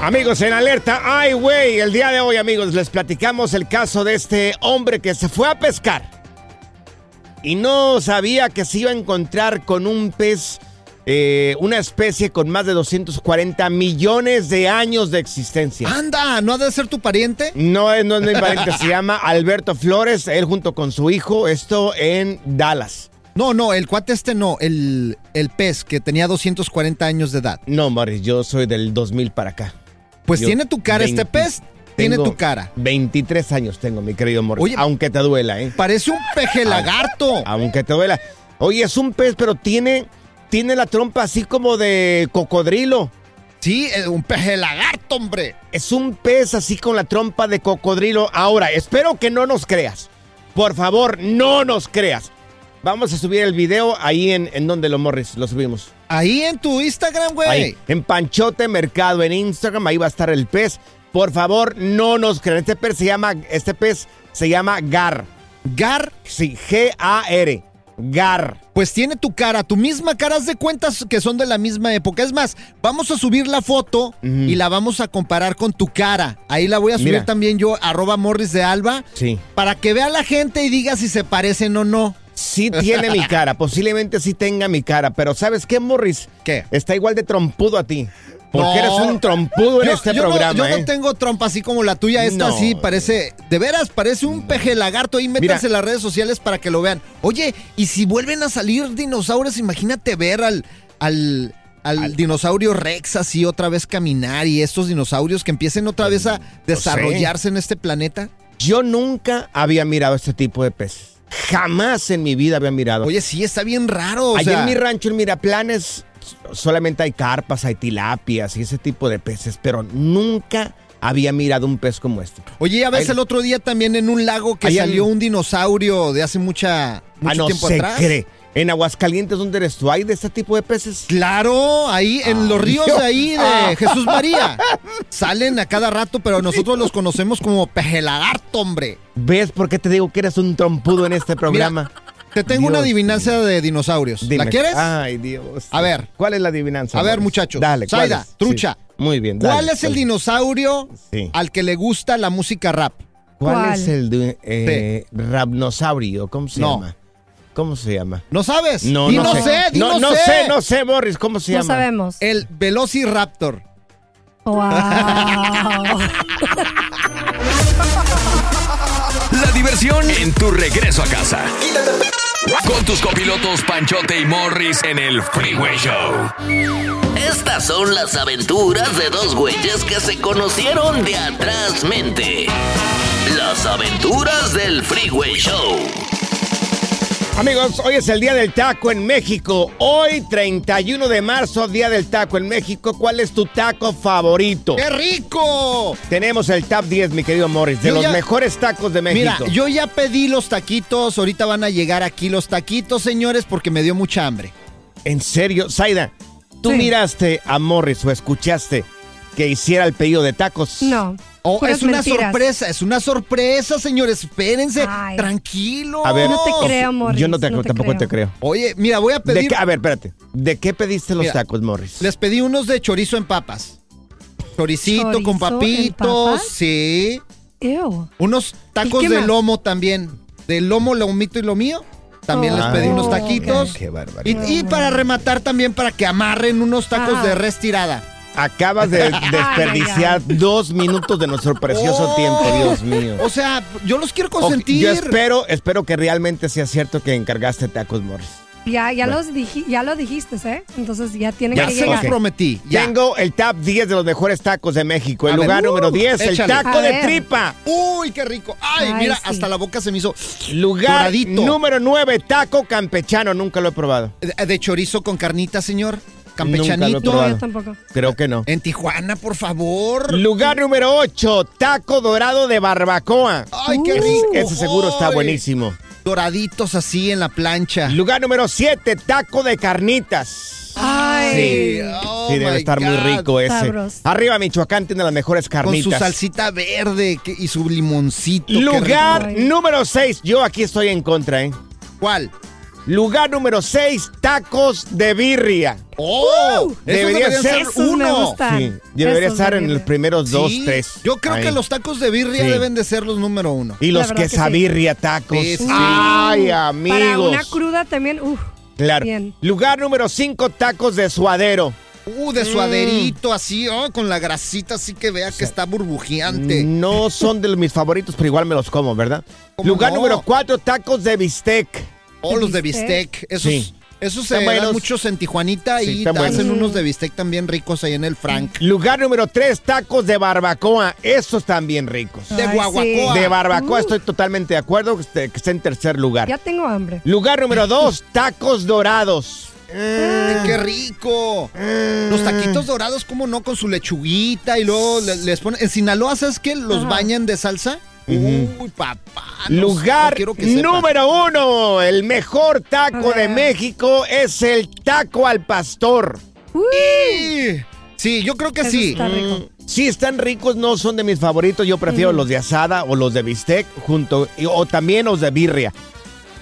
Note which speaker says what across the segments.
Speaker 1: Amigos, en alerta, ay, güey, el día de hoy, amigos, les platicamos el caso de este hombre que se fue a pescar y no sabía que se iba a encontrar con un pez, eh, una especie con más de 240 millones de años de existencia.
Speaker 2: Anda, ¿no ha de ser tu pariente?
Speaker 1: No es, no es mi pariente, se llama Alberto Flores, él junto con su hijo, esto en Dallas.
Speaker 2: No, no, el cuate este no, el, el pez que tenía 240 años de edad.
Speaker 1: No, Maris, yo soy del 2000 para acá.
Speaker 2: Pues
Speaker 1: Yo
Speaker 2: tiene tu cara este
Speaker 1: 20,
Speaker 2: pez, tiene
Speaker 1: tengo
Speaker 2: tu cara.
Speaker 1: 23 años tengo, mi querido Morris,
Speaker 2: Oye,
Speaker 1: aunque te duela, ¿eh?
Speaker 2: Parece un peje lagarto.
Speaker 1: Aunque te duela. Oye, es un pez, pero tiene, tiene la trompa así como de cocodrilo.
Speaker 2: Sí, eh, un peje lagarto, hombre.
Speaker 1: Es un pez así con la trompa de cocodrilo. Ahora, espero que no nos creas. Por favor, no nos creas. Vamos a subir el video ahí en, en donde lo morris, lo subimos.
Speaker 2: Ahí en tu Instagram, güey.
Speaker 1: Ahí, en Panchote Mercado, en Instagram, ahí va a estar el pez. Por favor, no nos crean. Este pez se llama, este pez se llama Gar.
Speaker 2: Gar,
Speaker 1: Sí, G-A-R. Gar.
Speaker 2: pues tiene tu cara, tu misma cara, haz de cuentas que son de la misma época. Es más, vamos a subir la foto y la vamos a comparar con tu cara. Ahí la voy a subir
Speaker 1: Mira.
Speaker 2: también yo, arroba Morris de Alba,
Speaker 1: Sí.
Speaker 2: para que vea la gente y diga si se parecen o no.
Speaker 1: Sí tiene mi cara, posiblemente sí tenga mi cara, pero ¿sabes qué, Morris?
Speaker 2: ¿Qué?
Speaker 1: Está igual de trompudo a ti. Porque
Speaker 2: No.
Speaker 1: eres un trompudo en
Speaker 2: Yo-
Speaker 1: este
Speaker 2: yo no-
Speaker 1: programa,
Speaker 2: yo no
Speaker 1: ¿eh?
Speaker 2: tengo trompa así como la tuya, esta
Speaker 1: No.
Speaker 2: sí parece, de veras, parece un peje lagarto. Ahí métanse
Speaker 1: Mira.
Speaker 2: en las redes sociales para que lo vean. Oye, y si vuelven a salir dinosaurios, imagínate ver al, al, al dinosaurio Rex así otra vez caminar y estos dinosaurios que empiecen otra vez a desarrollarse en este planeta.
Speaker 1: Yo nunca había mirado este tipo de peces. Jamás en mi vida había mirado.
Speaker 2: Oye, sí, está bien raro. o
Speaker 1: Allí
Speaker 2: sea,
Speaker 1: en mi rancho, en Miraplanes, solamente hay carpas, hay tilapias y ese tipo de peces, pero nunca había mirado un pez como este.
Speaker 2: Oye, ya ves
Speaker 1: Ahí-
Speaker 2: el otro día también en un lago que
Speaker 1: Ahí en-
Speaker 2: salió un dinosaurio de hace mucha, mucho
Speaker 1: ah, no
Speaker 2: tiempo
Speaker 1: se
Speaker 2: atrás.
Speaker 1: cree. En Aguascalientes, ¿dónde eres tú? ¿Hay de este tipo de peces?
Speaker 2: Claro, ahí en los ríos de ahí de
Speaker 1: Ah.
Speaker 2: Jesús María. Salen a cada rato, pero nosotros los conocemos como pejelagarto, hombre.
Speaker 1: ¿Ves por qué te digo que eres un trompudo en este programa?
Speaker 2: Te tengo una
Speaker 1: Dios
Speaker 2: adivinanza de dinosaurios.
Speaker 1: Dime. Ah,
Speaker 2: ¿La quieres?
Speaker 1: Ay, Dios.
Speaker 2: A ver.
Speaker 1: ¿Cuál es la adivinanza?
Speaker 2: A ver,
Speaker 1: Morris?
Speaker 2: muchachos.
Speaker 1: Dale, ¿cuál
Speaker 2: Zaida,
Speaker 1: es?
Speaker 2: trucha.
Speaker 1: Sí. Muy bien. dale,
Speaker 2: ¿Cuál es el
Speaker 1: dale.
Speaker 2: dinosaurio
Speaker 1: Sí.
Speaker 2: al que le gusta la música rap?
Speaker 1: ¿Cuál,
Speaker 3: ¿Cuál?
Speaker 1: es el de, eh, rapnosaurio? ¿Cómo se
Speaker 2: No.
Speaker 1: llama? ¿Cómo se llama?
Speaker 2: ¿No sabes?
Speaker 1: No,
Speaker 2: Di
Speaker 1: no, sé.
Speaker 2: di
Speaker 1: no,
Speaker 2: no,
Speaker 1: no sé, no sé, Morris, ¿cómo se
Speaker 3: No
Speaker 1: llama?
Speaker 3: sabemos.
Speaker 2: El Velociraptor.
Speaker 3: Wow.
Speaker 4: La diversión en tu regreso a casa. Con tus copilotos Panchote y Morris en el Freeway Show.
Speaker 5: Estas son las aventuras de dos güeyes que se conocieron de atrás mente. Las aventuras del Freeway Show.
Speaker 1: Amigos, hoy es el Día del Taco en México. Hoy, 31 de marzo, Día del Taco en México. ¿Cuál es tu taco favorito?
Speaker 2: ¡Qué rico!
Speaker 1: Tenemos el top 10, mi querido Morris, de
Speaker 2: Yo
Speaker 1: los
Speaker 2: ya-
Speaker 1: mejores tacos de México.
Speaker 2: Mira, yo ya pedí los taquitos. Ahorita van a llegar aquí los taquitos, señores, porque me dio mucha hambre.
Speaker 1: En serio, Zaida, ¿tú
Speaker 3: Sí.
Speaker 1: miraste a Morris o escuchaste que hiciera el pedido de tacos?
Speaker 3: No.
Speaker 2: Oh,
Speaker 3: puras
Speaker 2: es una
Speaker 3: mentiras.
Speaker 2: sorpresa, es una sorpresa, señores. Espérense,
Speaker 3: Ay.
Speaker 2: tranquilo.
Speaker 1: A ver,
Speaker 3: No te creo, Morris.
Speaker 1: Yo no te,
Speaker 3: no te
Speaker 1: tampoco te creo.
Speaker 2: Oye, mira, voy a
Speaker 1: ¿De
Speaker 2: pedir.
Speaker 1: qué- a ver, espérate. ¿De qué pediste los
Speaker 2: Mira,
Speaker 1: tacos, Morris?
Speaker 2: Les pedí unos de chorizo en papas. Choricito
Speaker 3: ¿Chorizo
Speaker 2: con
Speaker 3: en
Speaker 2: papitos,
Speaker 3: papas?
Speaker 2: sí.
Speaker 3: Ew.
Speaker 2: Unos tacos
Speaker 3: qué
Speaker 2: de
Speaker 3: más?
Speaker 2: lomo también. De lomo, lomito y lo mío. También les
Speaker 1: Ah,
Speaker 2: pedí unos
Speaker 3: ok.
Speaker 2: taquitos.
Speaker 1: Qué barbaridad.
Speaker 2: Y, y para rematar también para que amarren unos tacos
Speaker 3: Ah.
Speaker 2: de res tirada.
Speaker 1: Acabas de desperdiciar dos minutos de nuestro precioso
Speaker 2: Oh.
Speaker 1: tiempo, Dios mío.
Speaker 2: O sea, yo los quiero
Speaker 1: Ok,
Speaker 2: consentir.
Speaker 1: Yo espero, espero que realmente sea cierto que encargaste tacos, Morris.
Speaker 3: Ya, ya, los diji- ya lo dijiste, ¿eh? Entonces ya tienen
Speaker 1: Ya
Speaker 3: que
Speaker 1: sé,
Speaker 2: Se los
Speaker 3: llegar.
Speaker 1: ok.
Speaker 2: prometí. Ya.
Speaker 1: Tengo el top 10 de los mejores tacos de México. El
Speaker 2: A ver,
Speaker 1: lugar
Speaker 2: uh,
Speaker 1: número 10,
Speaker 2: échale.
Speaker 1: el taco
Speaker 3: A
Speaker 1: de
Speaker 3: ver.
Speaker 1: tripa.
Speaker 2: Uy, qué rico. Ay,
Speaker 3: Ay,
Speaker 2: mira,
Speaker 3: sí.
Speaker 2: hasta la boca se me hizo.
Speaker 1: Lugar
Speaker 2: Doradito.
Speaker 1: número 9, taco campechano. Nunca lo he probado.
Speaker 2: De de chorizo con carnita, señor. Campechanito.
Speaker 1: Nunca lo he probado.
Speaker 3: Yo tampoco.
Speaker 1: Creo que no.
Speaker 2: En Tijuana, por favor.
Speaker 1: Lugar número 8, taco dorado de barbacoa.
Speaker 2: Ay, qué
Speaker 1: Ese-
Speaker 2: rico.
Speaker 1: Ese seguro está
Speaker 2: Ay. Ah.
Speaker 1: buenísimo.
Speaker 2: Doraditos así en la plancha.
Speaker 1: Lugar número 7, taco de carnitas.
Speaker 3: Ay.
Speaker 1: Sí.
Speaker 2: Oh,
Speaker 1: sí, debe
Speaker 2: my
Speaker 1: estar muy
Speaker 2: God.
Speaker 1: rico ese.
Speaker 3: Sabroso.
Speaker 1: Arriba Michoacán tiene las mejores
Speaker 2: Con
Speaker 1: carnitas.
Speaker 2: su salsita verde que- y su limoncito. qué
Speaker 1: Lugar
Speaker 3: rico.
Speaker 1: número 6, yo aquí estoy en contra, ¿eh?
Speaker 2: rico. ¿Cuál?
Speaker 1: Lugar número 6, tacos de birria.
Speaker 2: ¡Oh!
Speaker 3: Uh,
Speaker 2: Esos
Speaker 1: debería
Speaker 2: deberían
Speaker 1: ser
Speaker 3: Esos me
Speaker 2: uno.
Speaker 3: gustan.
Speaker 1: Sí, debería
Speaker 3: Esos
Speaker 1: estar
Speaker 3: de
Speaker 1: en los
Speaker 3: birria.
Speaker 1: primeros dos,
Speaker 2: Sí,
Speaker 1: tres.
Speaker 2: Yo creo
Speaker 1: ahí.
Speaker 2: que los tacos de birria
Speaker 1: Sí.
Speaker 2: deben de ser los número uno.
Speaker 1: Y
Speaker 3: La
Speaker 1: los
Speaker 3: verdad que sí.
Speaker 1: quesabirria tacos.
Speaker 2: Sí, sí.
Speaker 1: Ay, amigos.
Speaker 3: Para una cruda también, uff.
Speaker 1: Claro.
Speaker 3: Bien.
Speaker 1: Lugar número 5, tacos de suadero.
Speaker 2: Uh, de
Speaker 1: Mm.
Speaker 2: suaderito así, oh, con la grasita así que vea que está burbujeante.
Speaker 1: No son de mis favoritos, pero igual me los como, ¿verdad?
Speaker 2: ¿Cómo
Speaker 1: Lugar
Speaker 2: no?
Speaker 1: número 4, tacos de bistec.
Speaker 2: Oh, los de
Speaker 3: bistec.
Speaker 2: bistec. Esos,
Speaker 1: Sí.
Speaker 2: esos se
Speaker 1: Están buenos.
Speaker 2: dan muchos en Tijuanita
Speaker 1: Sí,
Speaker 2: y
Speaker 1: están
Speaker 2: hacen
Speaker 1: buenos.
Speaker 2: unos de bistec también ricos ahí en el Frank.
Speaker 1: Lugar número 3, tacos de barbacoa. Esos están bien ricos.
Speaker 2: De
Speaker 3: Mm. Ay,
Speaker 2: guaguacoa.
Speaker 3: sí.
Speaker 1: De barbacoa
Speaker 3: Uh.
Speaker 1: estoy totalmente de acuerdo que esté- que esté en tercer lugar.
Speaker 3: Ya tengo hambre.
Speaker 1: Lugar número 2, tacos dorados.
Speaker 2: Ay, ¡Qué rico!
Speaker 1: Mm.
Speaker 2: Los taquitos dorados, como no, con su lechuguita y luego le- les ponen... En Sinaloa, ¿sabes qué? Los
Speaker 3: Ajá.
Speaker 2: bañan de salsa. Uy, papá. Ah, no- no
Speaker 1: Lugar
Speaker 2: quiero que sepa.
Speaker 1: número uno, el mejor taco
Speaker 3: A ver.
Speaker 1: de México es el taco al pastor.
Speaker 3: Uh,
Speaker 2: Sí. Sí, yo creo que
Speaker 3: eso
Speaker 2: sí.
Speaker 3: Está rico.
Speaker 1: Sí, están ricos, no son de mis favoritos. Yo prefiero los de asada o los de bistec junto, y- o también los de birria.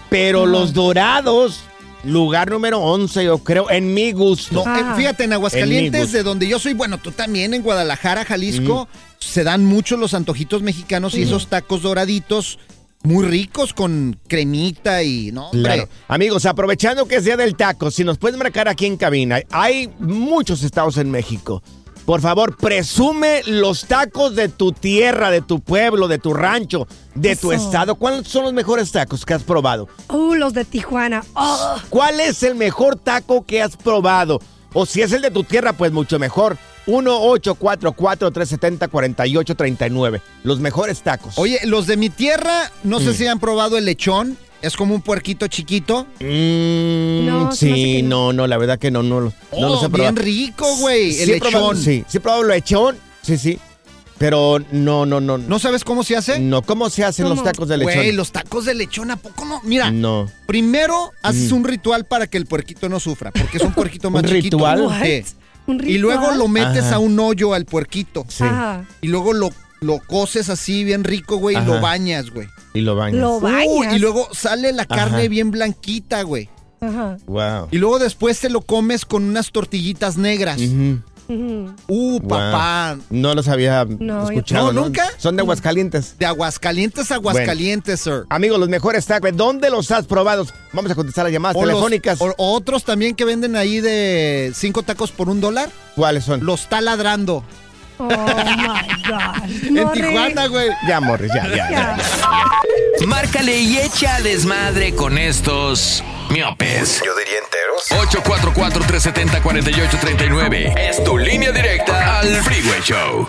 Speaker 1: Pero los dorados, lugar número 11, yo creo, en mi gusto.
Speaker 2: No, eh,
Speaker 3: Ah.
Speaker 2: fíjate, en
Speaker 1: En mi
Speaker 2: Aguascalientes,
Speaker 1: gusto.
Speaker 2: de donde yo soy, bueno, tú también, en Guadalajara, Jalisco,
Speaker 1: Mm.
Speaker 2: se dan mucho los antojitos mexicanos y esos tacos doraditos muy ricos con cremita y, ¿no? hombre.
Speaker 1: Claro. Amigos, aprovechando que es día del taco, si nos puedes marcar aquí en cabina, hay muchos estados en México. Por favor, presume los tacos de tu tierra, de tu pueblo, de tu rancho, de tu
Speaker 3: Eso.
Speaker 1: estado. ¿Cuáles son los mejores tacos que has probado?
Speaker 3: Uh, los de Tijuana. Oh,
Speaker 1: ¿Cuál es el mejor taco que has probado? O si es el de tu tierra, pues mucho mejor. 1-844-370-4839. Los mejores tacos.
Speaker 2: Oye, los de mi tierra, no
Speaker 1: Mm.
Speaker 2: sé si han probado el lechón. Es como un puerquito chiquito.
Speaker 1: Mm,
Speaker 3: No, se me hace
Speaker 1: sí,
Speaker 3: que no.
Speaker 1: no, no, la verdad que no, no, lo- no los
Speaker 2: Oh,
Speaker 1: he probado.
Speaker 2: Bien
Speaker 1: Pues,
Speaker 2: rico, güey. El
Speaker 1: Sí he probado-
Speaker 2: lechón.
Speaker 1: sí, sí he probado el lechón. Sí, sí. Pero no, no, no. No,
Speaker 2: ¿No sabes cómo se hace?
Speaker 1: no ¿cómo se hacen los
Speaker 3: ¿Cómo?
Speaker 1: tacos de
Speaker 2: Güey,
Speaker 1: Mm, lechón? Mm.
Speaker 2: los tacos de lechón, ¿a poco no? Mira,
Speaker 1: No.
Speaker 2: primero haces un ritual para que el puerquito no sufra, porque es un puerquito más
Speaker 1: Mm. ¿Un
Speaker 2: chiquito.
Speaker 1: ritual?
Speaker 2: Sí.
Speaker 3: What? ¿Un
Speaker 2: Y luego
Speaker 3: ritual?
Speaker 2: lo metes
Speaker 1: Ajá.
Speaker 2: a un hoyo al puerquito.
Speaker 1: Sí.
Speaker 3: Ajá.
Speaker 2: Y luego lo, lo coces así bien rico, güey, y
Speaker 1: Ajá.
Speaker 2: lo bañas, güey.
Speaker 1: Y lo bañan.
Speaker 3: Lo bañas.
Speaker 2: Uh, y luego sale la carne
Speaker 1: Ajá.
Speaker 2: bien blanquita, güey.
Speaker 3: Ajá.
Speaker 1: Wow.
Speaker 2: Y luego después te lo comes con unas tortillitas negras.
Speaker 1: Ujú.
Speaker 3: Ujú.
Speaker 2: Uh,
Speaker 1: Wow.
Speaker 2: papá.
Speaker 1: No los había
Speaker 3: yo-
Speaker 1: escuchado.
Speaker 2: No, ¿nunca?
Speaker 1: Son de Aguascalientes.
Speaker 2: De Aguascalientes a Aguascalientes, sir.
Speaker 1: Amigos, los mejores tacos. ¿Dónde los has probado? Vamos a contestar las llamadas
Speaker 2: los-
Speaker 1: Ah, telefónicas.
Speaker 2: o- o otros también que venden ahí de cinco tacos por un dólar.
Speaker 1: ¿Cuáles son?
Speaker 2: Los está ladrando.
Speaker 3: Oh, my God. No,
Speaker 2: en Tijuana,
Speaker 3: Rick.
Speaker 2: güey.
Speaker 1: Ya, Morris, ya, ya.
Speaker 3: Ya.
Speaker 1: ya.
Speaker 4: Márcale y echa desmadre con estos miopes.
Speaker 6: Yo diría enteros.
Speaker 4: 844-370-4839 es tu línea directa al Freeway Show.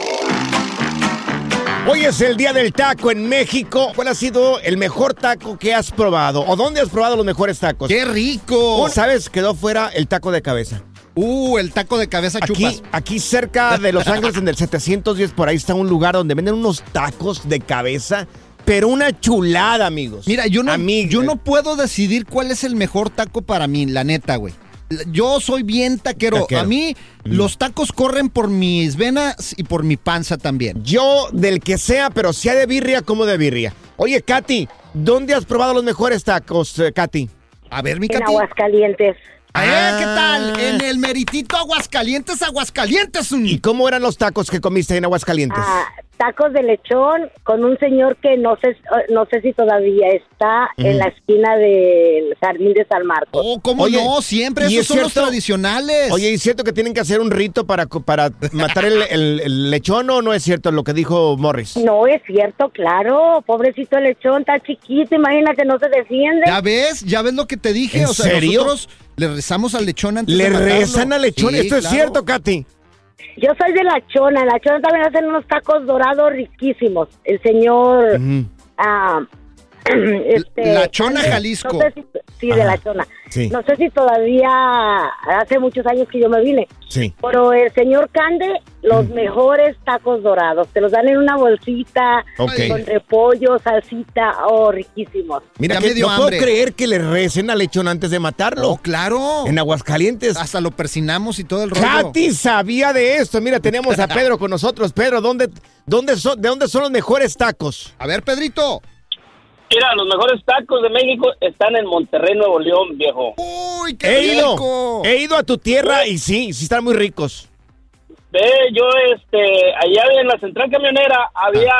Speaker 1: Hoy es el día del taco en México. ¿Cuál ha sido el mejor taco que has probado? ¿O dónde has probado los mejores tacos?
Speaker 2: ¡Qué rico!
Speaker 1: Oh, ¿Sabes? Quedó fuera el taco de cabeza.
Speaker 2: Uh, el taco de cabeza chupas.
Speaker 1: Aquí, aquí cerca de Los Ángeles, en el 710, por ahí está un lugar donde venden unos tacos de cabeza, pero una chulada, amigos.
Speaker 2: Mira, yo no,
Speaker 1: Amig-
Speaker 2: yo no puedo decidir cuál es el mejor taco para mí, la neta, güey. La- Yo soy bien taquero.
Speaker 1: Taquero. Mm.
Speaker 2: A mí los tacos corren por mis venas y por mi panza también.
Speaker 1: Yo del que sea, pero sea de birria como de birria. Oye, Katy, ¿dónde has probado los mejores tacos, eh, Katy?
Speaker 2: A ver, mi
Speaker 7: En
Speaker 2: Katy.
Speaker 7: Aguascalientes.
Speaker 2: Ah, ¿Qué
Speaker 1: Ah.
Speaker 2: tal? En el meritito Aguascalientes, Mm. Aguascalientes. un-
Speaker 1: ¿Y cómo eran los tacos que comiste en Aguascalientes?
Speaker 7: Ah,
Speaker 6: tacos de lechón con un señor que no sé no sé si todavía está en la esquina del Jardín de San Marcos.
Speaker 2: Oh, ¿cómo
Speaker 1: Oye,
Speaker 2: no? Siempre
Speaker 1: ¿y
Speaker 2: esos
Speaker 1: es
Speaker 2: son los
Speaker 1: cierto?
Speaker 2: tradicionales.
Speaker 1: Oye, ¿y es cierto que tienen que hacer un rito para, co- para matar el, el- el lechón o no es cierto lo que dijo Morris?
Speaker 6: No es cierto, claro, pobrecito el lechón, está chiquito, imagínate, no se defiende.
Speaker 2: ¿Ya ves? ¿Ya ves lo que te dije?
Speaker 1: ¿En
Speaker 2: o sea,
Speaker 1: serio?
Speaker 2: nosotros le rezamos al lechón antes
Speaker 1: Le
Speaker 2: de matarlo.
Speaker 1: rezan al lechón.
Speaker 2: Sí,
Speaker 1: Esto es
Speaker 2: claro.
Speaker 1: cierto, Katy.
Speaker 6: Yo soy de la chona, en la chona también hacen unos tacos dorados riquísimos. El señor
Speaker 1: Ujú.
Speaker 6: ah, este,
Speaker 2: La Chona, Jalisco.
Speaker 6: no sé si- sí, de
Speaker 1: Ajá,
Speaker 6: la chona.
Speaker 1: sí.
Speaker 6: No sé si todavía hace muchos años que yo me vine.
Speaker 1: Sí.
Speaker 6: Pero el señor Cande, los mejores tacos dorados. Te los dan en una bolsita,
Speaker 1: Ok.
Speaker 6: con repollo, salsita, oh, riquísimos.
Speaker 1: Mira,
Speaker 2: Ya
Speaker 1: que
Speaker 2: me dio
Speaker 1: no puedo
Speaker 2: hambre.
Speaker 1: creer que le recen al lechón antes de matarlo.
Speaker 2: Oh, claro.
Speaker 1: En Aguascalientes.
Speaker 2: Hasta lo persinamos y todo el rollo.
Speaker 1: Katy sabía de esto. Mira, tenemos a Pedro con nosotros. Pedro, ¿dónde, dónde son, ¿de dónde son los mejores tacos?
Speaker 2: A ver, Pedrito.
Speaker 7: Mira, los mejores tacos de México están en Monterrey, Nuevo León, viejo.
Speaker 2: Uy, qué
Speaker 1: He
Speaker 2: rico. Uh.
Speaker 1: ido, he ido a tu tierra y sí, sí están muy ricos.
Speaker 7: Ve, yo, este, allá en la central camionera había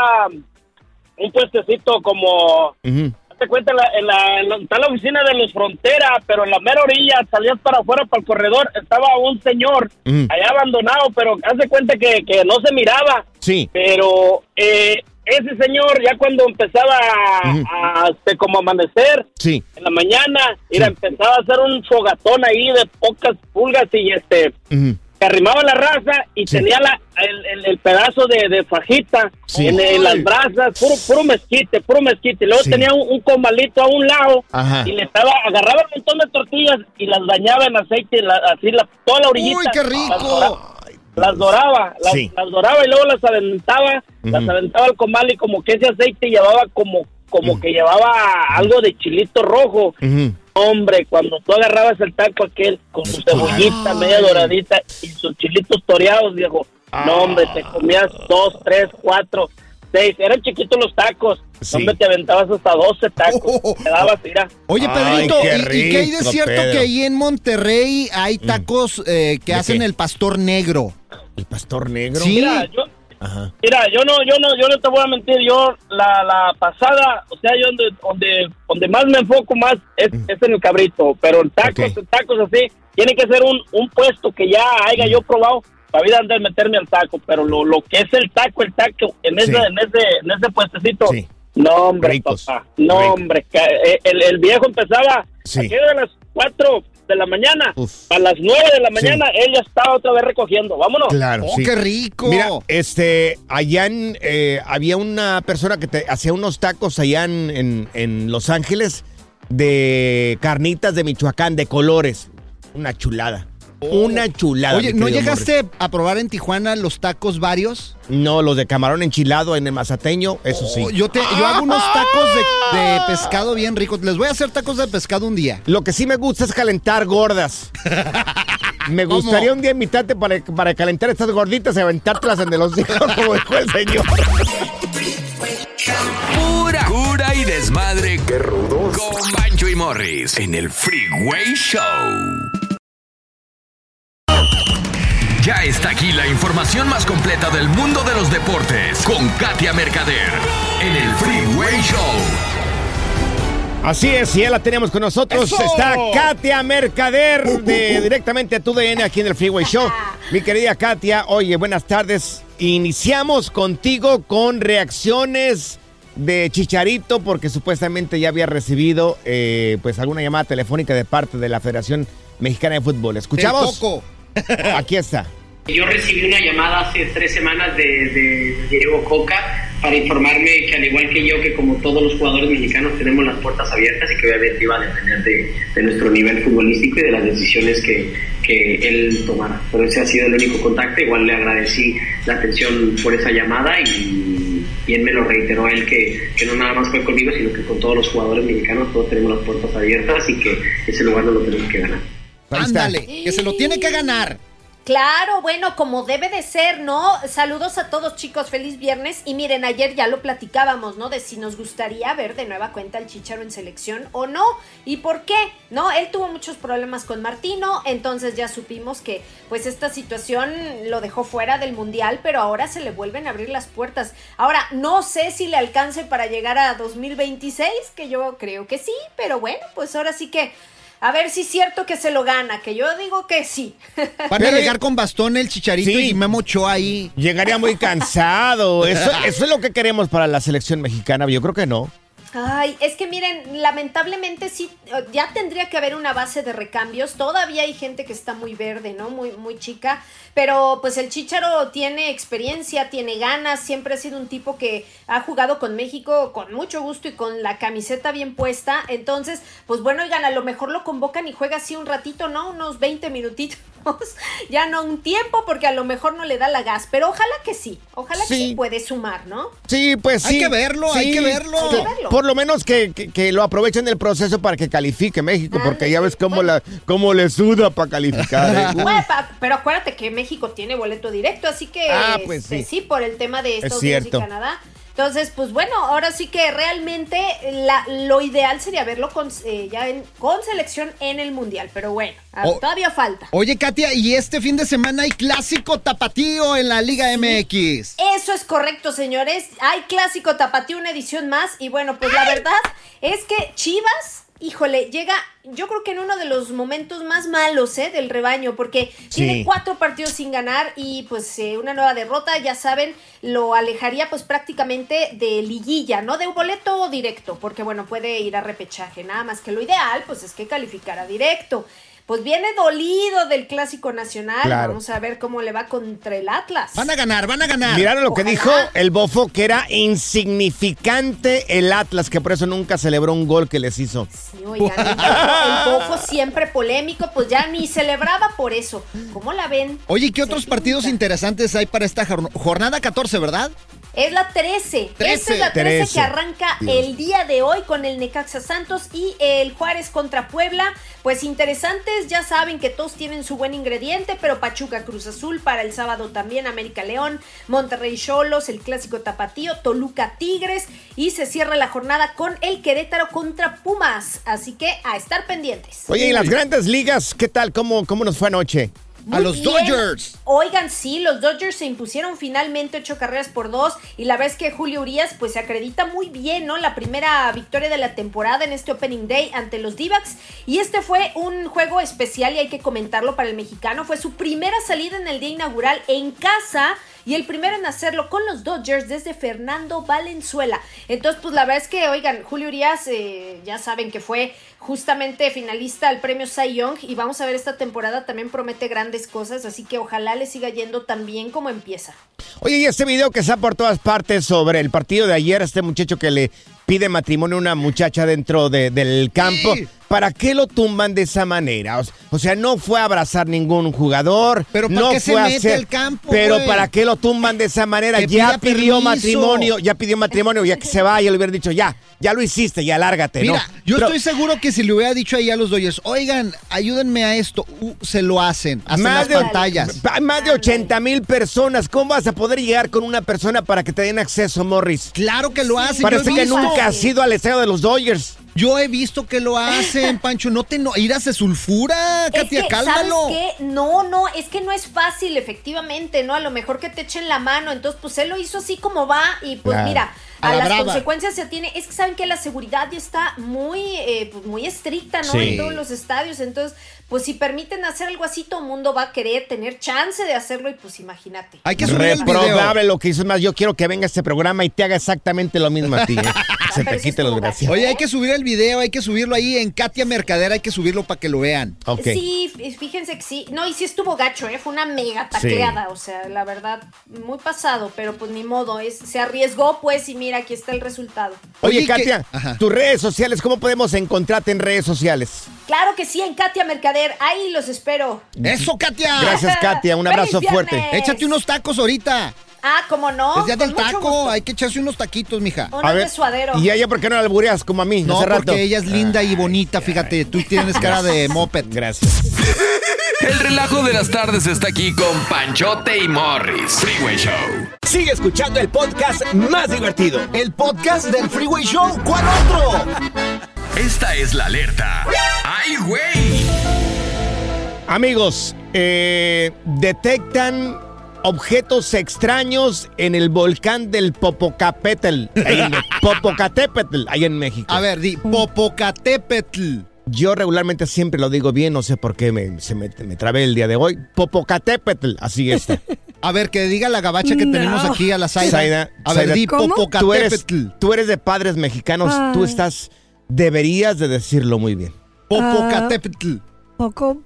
Speaker 7: un puestecito como,
Speaker 1: Ujú.
Speaker 7: hazte cuenta, en la, en la- en la- está la oficina de los Fronteras, pero en la mera orilla, salías para afuera, para el corredor, estaba un señor
Speaker 1: Ujú.
Speaker 7: allá abandonado, pero hazte cuenta que, que no se miraba.
Speaker 1: Sí.
Speaker 7: Pero eh, ese señor, ya cuando empezaba a,
Speaker 1: Ujú.
Speaker 7: a, este, como amanecer,
Speaker 1: Sí.
Speaker 7: en la mañana, mira, empezaba a hacer un fogatón ahí de pocas pulgas y este,
Speaker 1: Ujú.
Speaker 7: se arrimaba la raza y
Speaker 1: Sí.
Speaker 7: tenía la, el, el- el pedazo de, de fajita
Speaker 1: Sí.
Speaker 7: en, en
Speaker 2: Uy.
Speaker 7: las brasas, puro, puro mezquite, puro mezquite. Luego
Speaker 1: Sí.
Speaker 7: tenía un, un comalito a un lado
Speaker 1: Ajá.
Speaker 7: y le estaba, agarraba un montón de tortillas y las bañaba en aceite, y la- así la, toda la orillita.
Speaker 2: Uy, qué
Speaker 7: las dora-
Speaker 2: rico.
Speaker 7: las doraba, las,
Speaker 1: Sí.
Speaker 7: las doraba y luego las aventaba, las
Speaker 1: Ujú.
Speaker 7: aventaba al comal y como que ese aceite llevaba como, como que llevaba algo de chilito rojo.
Speaker 1: Ujú.
Speaker 7: Hombre, cuando tú agarrabas el taco aquel con su cebollita media doradita y sus chilitos toreados, viejo. No, hombre, te comías dos, tres, cuatro, seis. Eran chiquitos los tacos.
Speaker 1: Sí.
Speaker 7: Hombre, te aventabas hasta doce tacos.
Speaker 2: Oh.
Speaker 7: Te dabas, mira.
Speaker 2: Oye,
Speaker 1: Ay,
Speaker 2: Pedrito,
Speaker 1: qué
Speaker 2: ¿y, y qué hay de
Speaker 1: rico,
Speaker 2: cierto
Speaker 1: Pedro. Mm.
Speaker 2: que ahí en Monterrey hay tacos eh, que
Speaker 1: ¿De
Speaker 2: hacen
Speaker 1: qué?
Speaker 2: el pastor negro?
Speaker 1: El pastor negro.
Speaker 2: Sí.
Speaker 7: Mira, yo,
Speaker 1: Ajá.
Speaker 7: Mira, yo no, yo no, yo no te voy a mentir, yo la, la pasada, o sea, yo donde, donde, donde más me enfoco más es, es en el cabrito, pero en tacos,
Speaker 1: Ok.
Speaker 7: en tacos así, tiene que ser un, un puesto que ya haya yo probado para vida antes de meterme al taco, pero lo, lo que es el taco, el taco, en ese,
Speaker 1: Sí.
Speaker 7: en ese, en ese puestecito,
Speaker 1: Sí.
Speaker 7: no hombre,
Speaker 1: Ricos.
Speaker 7: papá, no
Speaker 1: Rico.
Speaker 7: hombre, ca- eh, el, el viejo empezaba
Speaker 1: Sí.
Speaker 7: aquello de las cuatro de la mañana,
Speaker 1: Uf.
Speaker 7: a las nueve de la
Speaker 1: Sí.
Speaker 7: mañana, él ya estaba otra vez recogiendo, vámonos.
Speaker 1: Claro,
Speaker 2: Oh,
Speaker 1: sí.
Speaker 2: qué rico.
Speaker 1: Mira, este, allá en, eh, había una persona que te hacía unos tacos allá en, en- en Los Ángeles de carnitas de Michoacán, de colores. Una chulada. Una chulada.
Speaker 2: Oh. Oye,
Speaker 1: mi
Speaker 2: ¿no
Speaker 1: querido
Speaker 2: llegaste a probar en Tijuana los tacos varios?
Speaker 1: Morris. No, los de camarón enchilado en el mazateño, eso sí.
Speaker 2: Oh, yo, te, yo hago unos tacos de, de pescado bien ricos. Les voy a hacer tacos de pescado un día.
Speaker 1: Lo que sí me gusta es calentar gordas. Me
Speaker 2: ¿Cómo?
Speaker 1: gustaría un día invitarte para, para calentar estas gorditas y aventártelas en de los hijos, como dijo el señor.
Speaker 4: Pura cura y desmadre. Qué rudos. Con Bancho y Morris en el Freeway Show. Ya está aquí la información más completa del mundo de los deportes con Katia Mercader en el Freeway Show.
Speaker 1: Así es, y ya la tenemos con nosotros.
Speaker 2: ¡Eso!
Speaker 1: Está Katia Mercader de directamente a tu DN aquí en el Freeway Show. Mi querida Katia, oye, buenas tardes. Iniciamos contigo con reacciones de Chicharito porque supuestamente ya había recibido eh, pues alguna llamada telefónica de parte de la Federación Mexicana de Fútbol.
Speaker 2: El
Speaker 1: ¿Escuchamos?
Speaker 2: coco.
Speaker 1: Aquí está.
Speaker 8: Yo recibí una llamada hace tres semanas de, de Diego Coca para informarme que al igual que yo, que como todos los jugadores mexicanos tenemos las puertas abiertas y que obviamente iba a depender de, de nuestro nivel futbolístico y de las decisiones que, que él tomara. Pero ese ha sido el único contacto, igual le agradecí la atención por esa llamada y, y él me lo reiteró a él que, que no nada más fue conmigo, sino que con todos los jugadores mexicanos todos tenemos las puertas abiertas y que ese lugar no lo tenemos que ganar.
Speaker 1: Ahí está.
Speaker 2: Ándale, que se lo tiene que ganar.
Speaker 9: Claro, bueno, como debe de ser, ¿no? Saludos a todos chicos, feliz viernes. Y miren, ayer ya lo platicábamos, ¿no? De si nos gustaría ver de nueva cuenta al Chicharo en selección o no. ¿Y por qué? ¿No? Él tuvo muchos problemas con Martino, entonces ya supimos que pues esta situación lo dejó fuera del Mundial, pero ahora se le vuelven a abrir las puertas. Ahora, no sé si le alcance para llegar a 2026, que yo creo que sí, pero bueno, pues ahora sí que... A ver si es cierto que se lo gana, que yo digo que sí.
Speaker 2: Van a llegar con bastón el chicharito
Speaker 1: Sí.
Speaker 2: y Memo Ochoa ahí.
Speaker 1: Llegaría muy cansado. Eso, eso es lo que queremos para la selección mexicana. Yo creo que no.
Speaker 9: Ay, es que miren, lamentablemente sí, eh, ya tendría que haber una base de recambios. Todavía hay gente que está muy verde, ¿no? Muy, muy chica. Pero pues el Chicharo tiene experiencia, tiene ganas, siempre ha sido un tipo que ha jugado con México con mucho gusto y con la camiseta bien puesta. Entonces, pues bueno, oigan, a lo mejor lo convocan y juega así un ratito, ¿no? Unos 20 minutitos. ya no un tiempo, porque a lo mejor no le da la gas. Pero ojalá que sí, ojalá que
Speaker 1: Sí.
Speaker 9: sí puede sumar, ¿no?
Speaker 1: Sí, pues sí.
Speaker 2: Hay que verlo, hay que verlo.
Speaker 9: Hay que verlo.
Speaker 1: Por lo menos que, que- que lo aprovechen el proceso para que califique México,
Speaker 9: Ah,
Speaker 1: porque ya ves cómo, la, cómo le suda para calificar. ¿eh?
Speaker 9: Bueno, pa- pero acuérdate que México tiene boleto directo, así que
Speaker 1: Ah, pues
Speaker 9: este,
Speaker 1: sí.
Speaker 9: por el tema de Estados Unidos y
Speaker 1: cierto.
Speaker 9: Canadá. Entonces, pues bueno, ahora sí que realmente la- lo ideal sería verlo con, eh, ya en- con selección en el Mundial, pero bueno, a-
Speaker 2: Oh.
Speaker 9: todavía falta.
Speaker 2: Oye, Katia, y este fin de semana hay clásico tapatío en la Liga MX.
Speaker 9: Eso es correcto, señores. Hay clásico tapatío, una edición más. Y bueno, pues la verdad es que Chivas, híjole, llega, yo creo que en uno de los momentos más malos ¿eh? del rebaño, porque tiene cuatro partidos sin ganar y pues eh, una nueva derrota, ya saben, lo alejaría pues prácticamente de liguilla, ¿no? De un boleto directo, porque bueno, puede ir a repechaje, nada más que lo ideal, pues es que calificara directo. Pues viene dolido del clásico nacional.
Speaker 1: Claro.
Speaker 9: Vamos a ver cómo le va contra el Atlas.
Speaker 2: Van a ganar, van a ganar.
Speaker 1: Miraron lo que
Speaker 9: Ojalá.
Speaker 1: dijo el bofo, que era insignificante el Atlas, que por eso nunca celebró un gol que les hizo.
Speaker 9: Sí, oigan, el Bofo- el Bofo siempre polémico, pues ya ni celebraba por eso. ¿Cómo la ven?
Speaker 2: Oye, ¿qué
Speaker 9: Se
Speaker 2: otros
Speaker 9: pinta.
Speaker 2: partidos interesantes hay para esta jorn- jornada 14, verdad?
Speaker 9: Es la 13. Esta es la 13,
Speaker 1: 13.
Speaker 9: que arranca el día de hoy con el Necaxa Santos y el Juárez contra Puebla. Pues interesantes, ya saben que todos tienen su buen ingrediente, pero Pachuca Cruz Azul para el sábado también, América León, Monterrey Cholos, el clásico Tapatío, Toluca Tigres y se cierra la jornada con el Querétaro contra Pumas. Así que a estar pendientes.
Speaker 1: Oye, ¿y las grandes ligas qué tal? ¿Cómo, cómo nos fue anoche?
Speaker 9: Muy
Speaker 2: A los Dodgers.
Speaker 9: Oigan, sí, los Dodgers se impusieron finalmente ocho carreras por dos y la verdad es que Julio Urias pues se acredita muy bien, ¿no? La primera victoria de la temporada en este Opening Day ante los d y este fue un juego especial y hay que comentarlo para el mexicano. Fue su primera salida en el día inaugural en casa y el primero en hacerlo con los Dodgers desde Fernando Valenzuela. Entonces, pues la verdad es que, oigan, Julio Urias, eh, ya saben que fue justamente finalista al premio Cy Young y vamos a ver esta temporada también promete grandes cosas, así que ojalá le siga yendo tan bien como empieza.
Speaker 1: Oye, y este video que está por todas partes sobre el partido de ayer, este muchacho que le pide matrimonio a una muchacha dentro de- del campo,
Speaker 2: Sí.
Speaker 1: ¿para qué lo tumban de esa manera? O, s- o sea, no fue a abrazar ningún jugador,
Speaker 2: Pero ¿para
Speaker 1: no
Speaker 2: qué se
Speaker 1: fue a
Speaker 2: mete
Speaker 1: hacer-
Speaker 2: al campo,
Speaker 1: Pero
Speaker 2: güey?
Speaker 1: ¿para qué lo tumban de esa manera?
Speaker 2: Que
Speaker 1: ya
Speaker 2: pida
Speaker 1: pidió
Speaker 2: permiso.
Speaker 1: matrimonio, ya pidió matrimonio, ya que se vaya, le hubiera dicho, ya, ya lo hiciste, ya lárgate, ¿no?
Speaker 2: Mira, yo
Speaker 1: Pero-
Speaker 2: estoy seguro que si le hubiera dicho ahí a los Dodgers, oigan, ayúdenme a esto, uh, se lo hacen, hacen las
Speaker 1: de-
Speaker 2: pantallas.
Speaker 1: pa- más de 80 mil personas. ¿Cómo vas a poder llegar con una persona para que te den acceso, Morris?
Speaker 2: Claro que lo hacen. yo
Speaker 1: Parece
Speaker 2: he
Speaker 1: que
Speaker 2: visto-
Speaker 1: nunca has ido al estadio de los Dodgers.
Speaker 2: Yo he visto que lo hacen, Pancho. No te no, ira se sulfura, Katia,
Speaker 9: es que,
Speaker 2: cálmalo.
Speaker 9: ¿sabes qué? No, no, es que no es fácil, efectivamente, ¿no? A lo mejor que te echen la mano. Entonces, pues él lo hizo así como va y pues
Speaker 1: Claro.
Speaker 9: mira,
Speaker 2: A
Speaker 9: a,
Speaker 2: la
Speaker 9: las
Speaker 2: brava.
Speaker 9: consecuencias se tiene. Es que saben que la seguridad ya está muy, eh, pues, muy estricta, ¿no?
Speaker 1: Sí.
Speaker 9: En todos los estadios. Entonces, pues si permiten hacer algo así, todo el mundo va a querer tener chance de hacerlo y pues imagínate.
Speaker 2: Hay que subir el video.
Speaker 1: Reprobable lo que hizo. Es más, yo quiero que venga este programa y te haga exactamente lo mismo a ti. ¿eh? Se te
Speaker 9: pero sí
Speaker 1: quite los
Speaker 9: estuvo
Speaker 1: gracias.
Speaker 2: Oye, hay que subir el video, hay que subirlo ahí en Katia Mercader, hay que subirlo para que lo vean.
Speaker 1: Ok.
Speaker 9: Sí, f- fíjense que sí. No, y sí estuvo gacho, ¿eh? Fue una mega tacleada, o sea, la verdad, muy pasado, pero pues ni modo, es, se arriesgó pues y mira, aquí está el resultado.
Speaker 2: Oye,
Speaker 1: Oye,
Speaker 2: que-
Speaker 1: Katia,
Speaker 2: Ajá.
Speaker 1: tus redes sociales, ¿cómo podemos encontrarte en redes sociales?
Speaker 9: Claro que sí, en Katia Mercader, ahí los espero.
Speaker 2: ¡Eso, Katia!
Speaker 1: Gracias, Katia. Un abrazo
Speaker 9: ¡Feliz
Speaker 1: fuerte.
Speaker 9: viernes!
Speaker 2: Échate unos tacos ahorita.
Speaker 9: Ah, como no.
Speaker 2: es día del
Speaker 9: con mucho
Speaker 2: taco,
Speaker 9: gusto.
Speaker 2: hay que echarse unos taquitos, mija.
Speaker 9: Unos de suadero.
Speaker 1: ¿y a ella por qué no la albureas como a mí
Speaker 2: No,
Speaker 1: hace rato?
Speaker 2: porque ella es linda y bonita, fíjate. Tú tienes cara de moped.
Speaker 1: Gracias.
Speaker 4: El relajo de las tardes está aquí con Panchote y Morris. Freeway Show.
Speaker 1: Sigue escuchando el podcast más divertido.
Speaker 2: El podcast del Freeway Show. ¿Cuál otro?
Speaker 4: Esta es la alerta. ¡Ay, güey!
Speaker 1: Amigos, eh, detectan objetos extraños en el volcán del Popocatépetl, ahí en- Popocatépetl, ahí en México.
Speaker 2: A ver, di Popocatépetl.
Speaker 1: Yo regularmente siempre lo digo bien, no sé por qué me, se me, me trabé el día de hoy. Popocatépetl, así está.
Speaker 2: A ver, que diga la gabacha que
Speaker 3: No.
Speaker 2: tenemos aquí a la Zaida.
Speaker 1: Zaida,
Speaker 2: a ver,
Speaker 1: Zaida,
Speaker 2: di
Speaker 3: ¿Cómo?
Speaker 1: Tú eres,
Speaker 2: Popocatépetl.
Speaker 1: tú eres de padres mexicanos, tú
Speaker 3: Ay.
Speaker 1: estás, deberías de decirlo muy bien.
Speaker 2: Popocatépetl.
Speaker 3: Poco.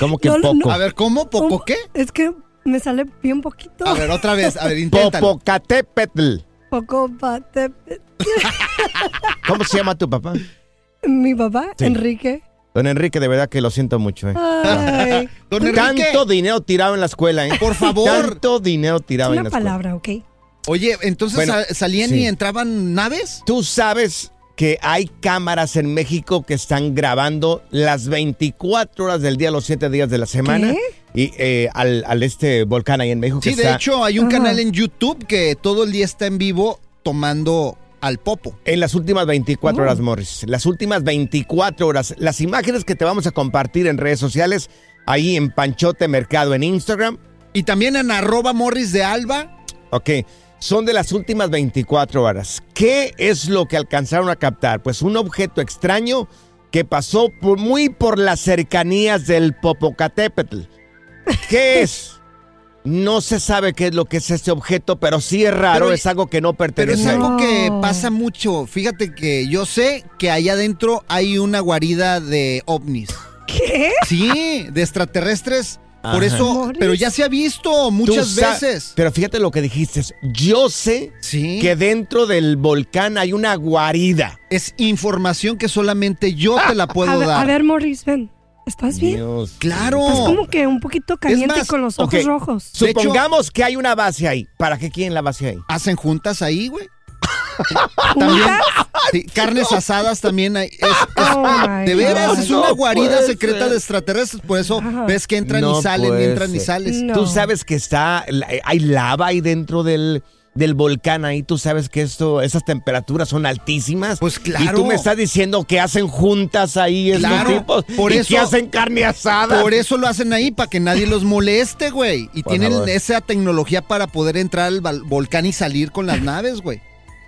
Speaker 1: ¿Cómo que
Speaker 3: No, no,
Speaker 1: poco?
Speaker 2: A ver, ¿cómo? ¿Popo qué?
Speaker 3: Es que me sale bien poquito.
Speaker 2: A ver, otra vez. A ver, inténtalo.
Speaker 1: Popocatépetl.
Speaker 3: Poco
Speaker 1: ¿Cómo se llama tu papá?
Speaker 3: Mi papá,
Speaker 1: Sí.
Speaker 3: Enrique.
Speaker 1: Don Enrique, de verdad que lo siento mucho, ¿eh?
Speaker 3: Ay,
Speaker 2: Don Enrique,
Speaker 1: Tanto dinero tirado en la escuela, ¿eh?
Speaker 2: por favor.
Speaker 1: Tanto dinero
Speaker 3: es
Speaker 1: tirado en
Speaker 3: una
Speaker 2: pues.
Speaker 1: la escuela.
Speaker 3: palabra, ¿ok?
Speaker 2: Oye, entonces
Speaker 1: Bueno,
Speaker 2: sa- salían
Speaker 1: sí.
Speaker 2: y entraban naves.
Speaker 1: Tú sabes que hay cámaras en México que están grabando las 24 horas del día, los 7 días de la semana. Y eh, al, al este volcán ahí en México
Speaker 2: Sí,
Speaker 1: que
Speaker 2: de
Speaker 1: está
Speaker 2: hecho, hay un
Speaker 3: Ajá.
Speaker 2: canal en YouTube que todo el día está en vivo tomando al popo.
Speaker 1: en las últimas 24
Speaker 3: Oh.
Speaker 1: horas, Morris. Las últimas 24 horas. Las imágenes que te vamos a compartir en redes sociales, ahí en Panchote Mercado en Instagram.
Speaker 2: Y también en arroba morris de alba.
Speaker 1: Ok, son de las últimas 24 horas. ¿Qué es lo que alcanzaron a captar? Pues un objeto extraño que pasó por- muy por las cercanías del Popocatépetl. ¿Qué es? No se sabe qué es lo que es este objeto, pero sí es raro,
Speaker 2: Pero-
Speaker 1: es algo que no
Speaker 2: Pero
Speaker 1: pertenece
Speaker 2: es
Speaker 1: a él.
Speaker 2: algo que
Speaker 3: Oh.
Speaker 2: pasa mucho. Fíjate que yo sé que allá adentro hay una guarida de ovnis.
Speaker 3: ¿Qué?
Speaker 2: Sí, de extraterrestres. Por
Speaker 1: Ajá.
Speaker 2: eso,
Speaker 3: Morris.
Speaker 2: pero ya se ha visto
Speaker 1: Tú
Speaker 2: muchas
Speaker 1: sa-
Speaker 2: veces.
Speaker 1: Pero fíjate lo que dijiste. Yo sé
Speaker 2: Sí.
Speaker 1: que dentro del volcán hay una guarida.
Speaker 2: es información que solamente yo te la puedo
Speaker 3: Ah, a, ver,
Speaker 2: dar.
Speaker 3: a ver, Morris, ven. ¿Estás bien?
Speaker 1: Dios.
Speaker 2: Claro.
Speaker 3: Estás como que un poquito caliente
Speaker 2: más,
Speaker 3: con los ojos
Speaker 1: ok.
Speaker 3: rojos.
Speaker 2: De hecho-
Speaker 1: Supongamos que hay una base ahí. ¿Para qué quieren la base ahí?
Speaker 2: Hacen juntas ahí, güey. También
Speaker 3: ¿Juntas?
Speaker 2: sí, carnes asadas también hay. Es- es-
Speaker 3: Oh, my
Speaker 2: de veras,
Speaker 3: God.
Speaker 2: es una
Speaker 1: Ah. No
Speaker 2: guarida
Speaker 1: puede
Speaker 2: secreta
Speaker 1: ser.
Speaker 2: de extraterrestres. Por eso
Speaker 3: Ajá.
Speaker 2: ves que entran
Speaker 1: No
Speaker 2: y salen,
Speaker 1: puede
Speaker 2: entran y
Speaker 1: ser.
Speaker 2: sales.
Speaker 3: No.
Speaker 1: Tú sabes que está, la- eh, hay lava ahí dentro del, del volcán ahí. Tú sabes que esto, esas temperaturas son altísimas.
Speaker 2: Pues claro.
Speaker 1: Y tú me estás diciendo que hacen juntas ahí estos
Speaker 2: Claro,
Speaker 1: tipos.
Speaker 2: por
Speaker 1: y
Speaker 2: eso-
Speaker 1: que hacen carne asada.
Speaker 2: Por e-, eso lo hacen ahí, para que nadie los moleste, güey. Y
Speaker 1: Por
Speaker 2: tienen
Speaker 1: favor.
Speaker 2: esa tecnología para poder entrar al val- volcán y salir con las naves, güey.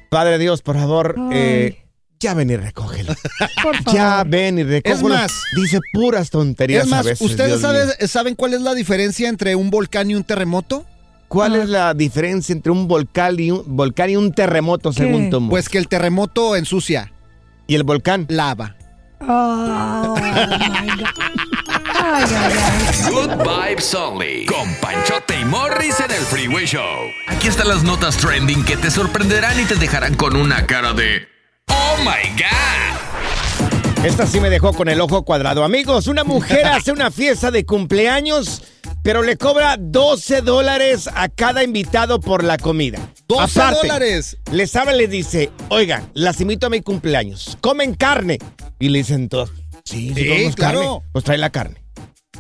Speaker 1: Padre Dios, por favor,
Speaker 3: Ay.
Speaker 1: eh, ya ven y recógelo.
Speaker 3: Por favor.
Speaker 1: ya ven y recógelo.
Speaker 2: Es más-
Speaker 1: dice puras tonterías.
Speaker 2: Es
Speaker 1: a
Speaker 2: más,
Speaker 1: veces,
Speaker 2: ¿ustedes
Speaker 1: Dios
Speaker 2: saben,
Speaker 1: mío.
Speaker 2: saben cuál es la diferencia entre un volcán y un terremoto?
Speaker 1: ¿Cuál
Speaker 2: ah.
Speaker 1: es la diferencia entre un volcán y un, volcán y un terremoto, según tú?
Speaker 2: Pues que el terremoto ensucia
Speaker 1: ¿Y el volcán?
Speaker 2: lava.
Speaker 3: Oh, my God. Ay, ay, ay.
Speaker 4: Good vibes only. Con Panchote y Morris en el Freeway Show. Aquí están las notas trending que te sorprenderán y te dejarán con una cara de. ¡Oh my God!
Speaker 1: Esta sí me dejó con el ojo cuadrado. Amigos, una mujer hace una fiesta de cumpleaños, pero le cobra 12 dólares a cada invitado por la comida.
Speaker 2: 12
Speaker 1: Aparte,
Speaker 2: dólares.
Speaker 1: Les habla y les dice, oigan, las invito a mi cumpleaños, comen carne. Y le dicen todos, sí, sí,
Speaker 2: Sí,
Speaker 1: comemos
Speaker 2: claro.
Speaker 1: carne, pues trae la carne.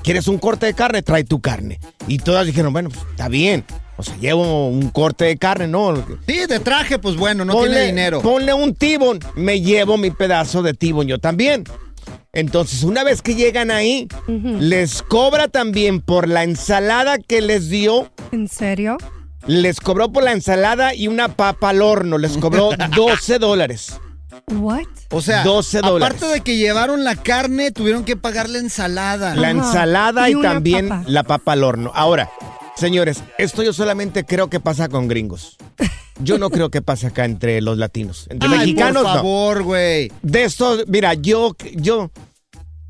Speaker 1: ¿Quieres un corte de carne? Trae tu carne. Y todas dijeron, bueno, pues, está bien. O sea, llevo un corte de carne, ¿no?
Speaker 2: Sí, de traje, pues bueno, no tiene dinero.
Speaker 1: Ponle un tibón. Me llevo mi pedazo de tibón yo también. Entonces, una vez que llegan ahí, les cobra también por la ensalada que les dio.
Speaker 3: ¿En serio?
Speaker 1: Les cobró por la ensalada y una papa al horno. Les cobró 12 dólares.
Speaker 3: What?
Speaker 2: O sea,
Speaker 1: 12 dólares.
Speaker 2: aparte de que llevaron la carne, tuvieron que pagar la ensalada.
Speaker 1: La
Speaker 3: Ajá.
Speaker 1: ensalada y,
Speaker 3: Y una
Speaker 1: también
Speaker 3: papa.
Speaker 1: la papa al horno. Ahora, señores, esto yo solamente creo que pasa con gringos. Yo no creo que pase acá entre los latinos. Entre
Speaker 2: Ay,
Speaker 1: mexicanos,
Speaker 2: por
Speaker 1: no.
Speaker 2: favor, güey.
Speaker 1: De esto, mira, yo, yo